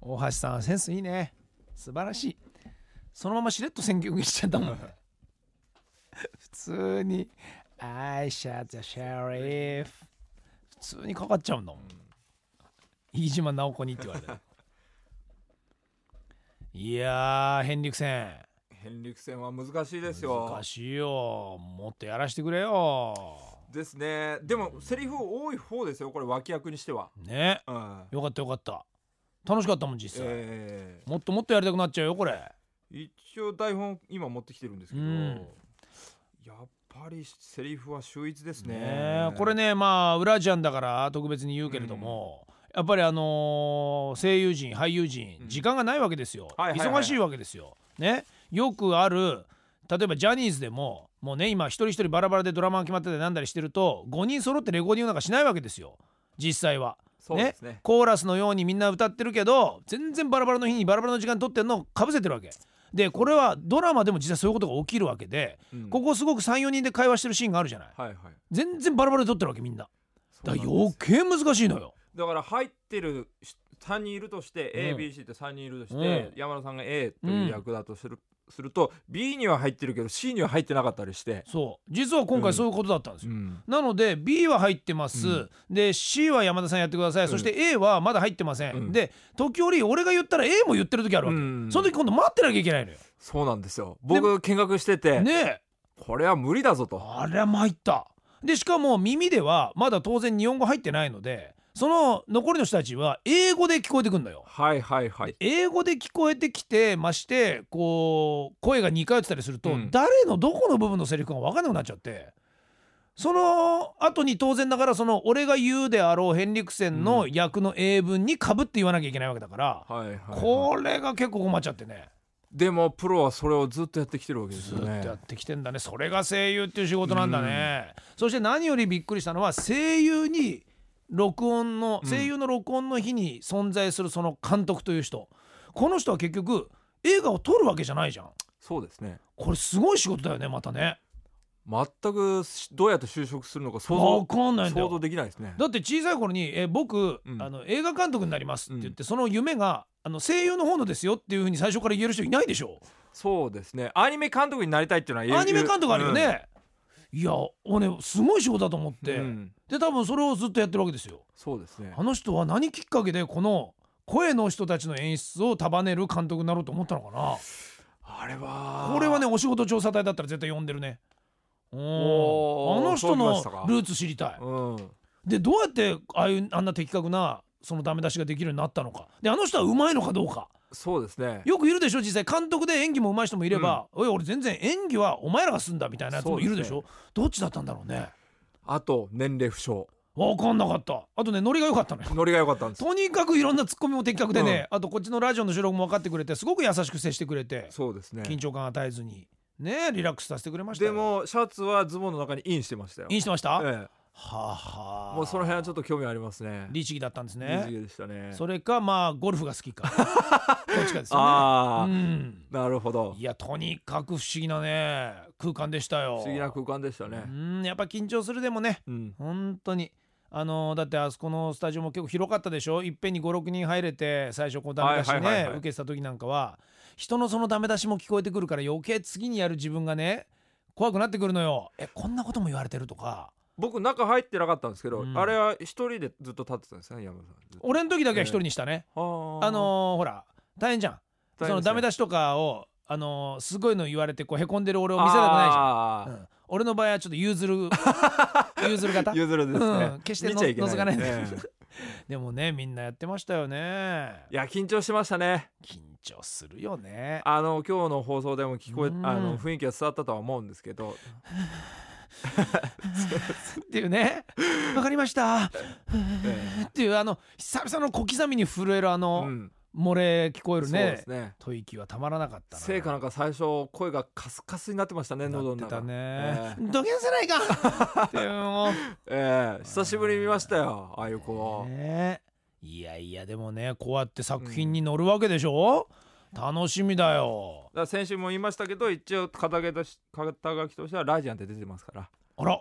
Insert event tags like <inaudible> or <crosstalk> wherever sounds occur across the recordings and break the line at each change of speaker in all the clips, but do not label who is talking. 大橋さんはセンスいいね素晴らしいそのまましれっと選挙区にしちゃったもんね <laughs> 普通に「I shot the sheriff」普通にかかっちゃうんだもん飯島直子にって言われたいやーヘンリクセン
変陸戦は難しいですよ
難しいよもっとやらしてくれよ
ですねでもセリフ多い方ですよこれ脇役にしては
ね
うん
よかったよかった楽しかったもん実際、
え
もっともっとやりたくなっちゃうよこれ
ー一応台本今持ってきてるんですけど、
うん
やっぱりセリフは秀逸ですね
ねえこれねまあウラジアンだから特別に言うけれども、やっぱりあのー声優陣俳優陣、
うん
時間がないわけですよ、
はいはいはい
忙しいわけですよ。ねよくある例えばジャニーズでももうね今一人一人バラバラでドラマが決まってたりなんだりしてると5人揃ってレコーディングなんかしないわけですよ実際は。
そうですね
コーラスのようにみんな歌ってるけど全然バラバラの日にバラバラの時間取ってんのをかぶせてるわけ。でこれはドラマでも実際そういうことが起きるわけで、
うん
ここすごく34人で会話してるシーンがあるじゃない。
はいはい
全然バラバラで撮ってるわけみんな
そうな
だ
ん
か
で
ら
す
余計難しいのよ
だから入ってるし3人いるとして、
うん
ABC って3人いるとして、
うん
山田さんが A という役だとする,、すると B には入ってるけど C には入ってなかったりして、
そう実は今回そういうことだったんですよ、
ん、
なので B は入ってます、
うん
で C は山田さんやってください、
うん
そして A はまだ入ってません、
うん
で時折俺が言ったら A も言ってる時あるわけ、
うん
その時今度待ってなきゃいけないのよ
そうなんですよ僕見学してて、
ねえ
これは無理だぞと
あれは参ったでしかも耳ではまだ当然日本語入ってないのでその残りの人たちは英語で聞こえてくんだよ
はいはいはい
英語で聞こえてきてましてこう声が2回ってたりすると、
うん
誰のどこの部分のセリフかが分かんなくなっちゃってその後に当然ながらその俺が言うであろうヘンリクセンの役の英文にかぶって言わなきゃいけないわけだから、
はいはい、はい、
これが結構困っちゃってね
でもプロはそれをずっとやってきてるわけです
ずっ
よ
と
ね
やってきてんだねそれが声優っていう仕事なんだね、そして何よりびっくりしたのは声優に録音の
うん
声優の録音の日に存在するその監督という人、この人は結局映画を撮るわけじゃないじゃん
そうですね
これすごい仕事だよねまたね
全くしどうやって就職するのか想
分
像
かんないんだ
想像
よ
できないですね
だって小さい頃に「え僕、
うん
あの映画監督になります」って言って、その夢があの声優の方のですよっていうふうに最初から言える人いないでしょ
そうですねアニメ監督になりたいっていうのは言える
アニメ監督あるよ、ね、いや俺ねすごい仕事だと思っ
うん
て、
うん
で多分それをずっとやってるわけですよ
そうですね
あの人は何きっかけでこの声の人たちの演出を束ねる監督になろうと思ったのかな
あれは
これはねお仕事調査隊だったら絶対呼んでるねうんあ
おー
の人
そうき
の
ましたか
ルーツ知りたい
うん
でどうやってああいうあんな的確なそのダメ出しができるようになったのかであの人はうまいのかどうか
そうですね
よくいるでしょ実際監督で演技もうまい人もいれば、おい俺全然演技はお前らがすんだみたいなやつもいるでしょ
そう
どっちだったんだろうね
あと年齢不詳
分かんなかったあとねノリが良かったのよ
ノリが良かったんです
とにかくいろんなツッコミも的確でね、あとこっちのラジオの収録も分かってくれてすごく優しく接してくれて
そうですね
緊張感与えずにねリラックスさせてくれました
で
よ
もシャツはズボンの中にインしてましたよ
インしてました、は
え
あは
え
あ
もうその辺はちょっと興味ありますね
律儀だったんです
リ
ね
ジでしたね
それかまあゴルフが好き
<laughs>
かどっちかですよね
あ
う
あ
ん
なるほど
いやとにかく不思議なね空間でしたよ
不思議な空間でしたね
うんやっぱ緊張するでもね
うん
本当にあのーだってあそこのスタジオも結構広かったでしょいっぺんに56人入れて最初こうダメ出しね、
はいはいはいはい
受けてた時なんかは人のそのダメ出しも聞こえてくるから余計次にやる自分がね怖くなってくるのよえこんなことも言われてるとか
僕中入ってなかったんですけど
うん
あれは一人でずっと立ってたんですね山田さんずっと
俺の時だけは一人にしたね、
あー
あのーほら大変じゃん
大変ですね
そのダメ出しとかをあのーすごいの言われてこうへこんでる俺を見せたくないじゃん、
あー
うん俺の場合はちょっと譲
<laughs>
る譲る方
譲るです
う
ね
ん決しての
見ちゃいけ
覗かないで
ええ
<laughs> でもねみんなやってましたよね
いや緊張しましたね
緊張するよね
あの今日の放送でも聞こえ
うん
あの雰囲気が伝わったとは思うんです
<laughs>
けど
っていうね「わかりました」
え
っていうあの久々の小刻みに震えるあ
え
の、
うん
漏れ聞こえる
そうで
ね
すね
吐息はたまらなかったな
聖火なんか最初声がカスカスになってましたね
な
喉
っ
の
て
中
た
え
ね「どけんせ
<laughs>
ないか!」っていうも
えええ久しぶりに見ましたよああいう子
う
を
ねいやいやでもねこうやって作品に乗るわけでしょ、楽しみだよ
だから先週も言いましたけど一応肩書きとし肩書きとしてはラジアンって出てますから
あら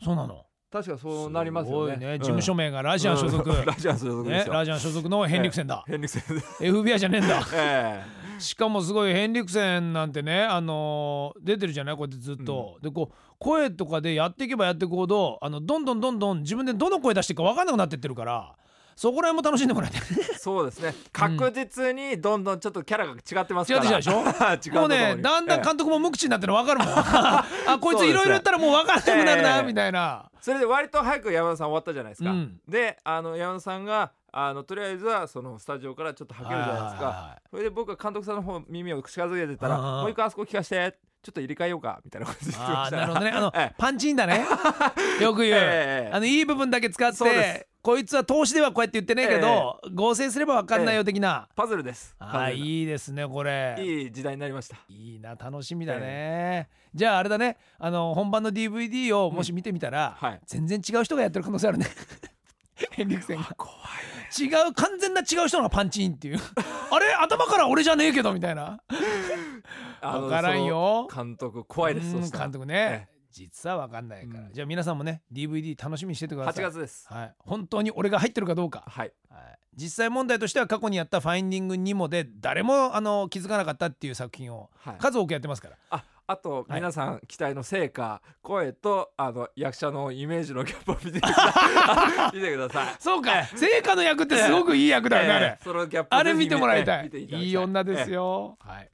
そうなの
確かそうなりますよね
ごい事務所名がラジアン所属、
うんラジアン所属で
ね
すよ、
ラジアン所属のヘンリクセンだ、
ヘンリクセン
FBI じゃねえんだ
え
しかもすごいヘンリクセンなんてねあのー出てるじゃないこうやってずっと、でこう声とかでやっていけばやっていくほどあのどんどんどんどん自分でどの声出していくか分かんなくなってってるからそこら辺も楽しんでもらいたい
<laughs> えそうですね確実にどんどんちょっとキャラが <laughs> 違ってます
違っ
か
て
ら
きたでしょ
時間
もう
とともに
ねだんだん
え
監督も無口になってるの分かるも
<laughs>
んあこいついろいろ言ったらもう分かんなくなる
え
な
え
みたいな、
えそれで割と早く山田さん終わったじゃないですか、
うん
であの山田さんがあのとりあえずはそのスタジオからちょっとはけるじゃないです
はいはいはい
か
はい
それで僕は監督さんの方耳を近づけてた
う
ら
んうんうん
もう一回あそこ聞かせてちょっと入れ替えようかみたいなこと言ってま
あ
し <laughs>
あ
た
なるほどねあの、
ええ
パンチインだねよく言う、
<laughs> ええ
あのいい部分だけ使っ
そうです
てこいつは投資ではこうやって言ってねえけど、合成すれば分かんないよ的な、
パズルです
ああいいですねこれ
いい時代になりました
いいな楽しみだね、じゃああれだねあの本番の DVD をもし見てみたら、
うんはい
全然違う人がやってる可能性
<laughs>
あるねヘンリクセンが
怖い
違う完全な違う人のがパンチインっていうあれ頭から俺じゃねえけどみたいな
あの
わからんよ
その監督怖いです
う
そ
ん
したら
監督
え
ね、実は分かんないから、
うん
じゃあ皆さんもね DVD 楽しみにしててくださ
8
い
月です
はい、本当に俺が入ってるかどうか、
はい
はい実際問題としては過去にやった「ファインディングニモ」で誰もあの気づかなかったっていう作品を
はい
数多くやってますから、
ああと
い
皆さん期待の成果、声とあの役者のイメージのギャップを見てくだ
<laughs>
さい見てください
そうか成果の役ってすごくいい役だよねあれ
ええそのギャップを
あ
ぜ
れ
ひ
見てもらいた
ええ
い
見てだき
いい女ですよ、はい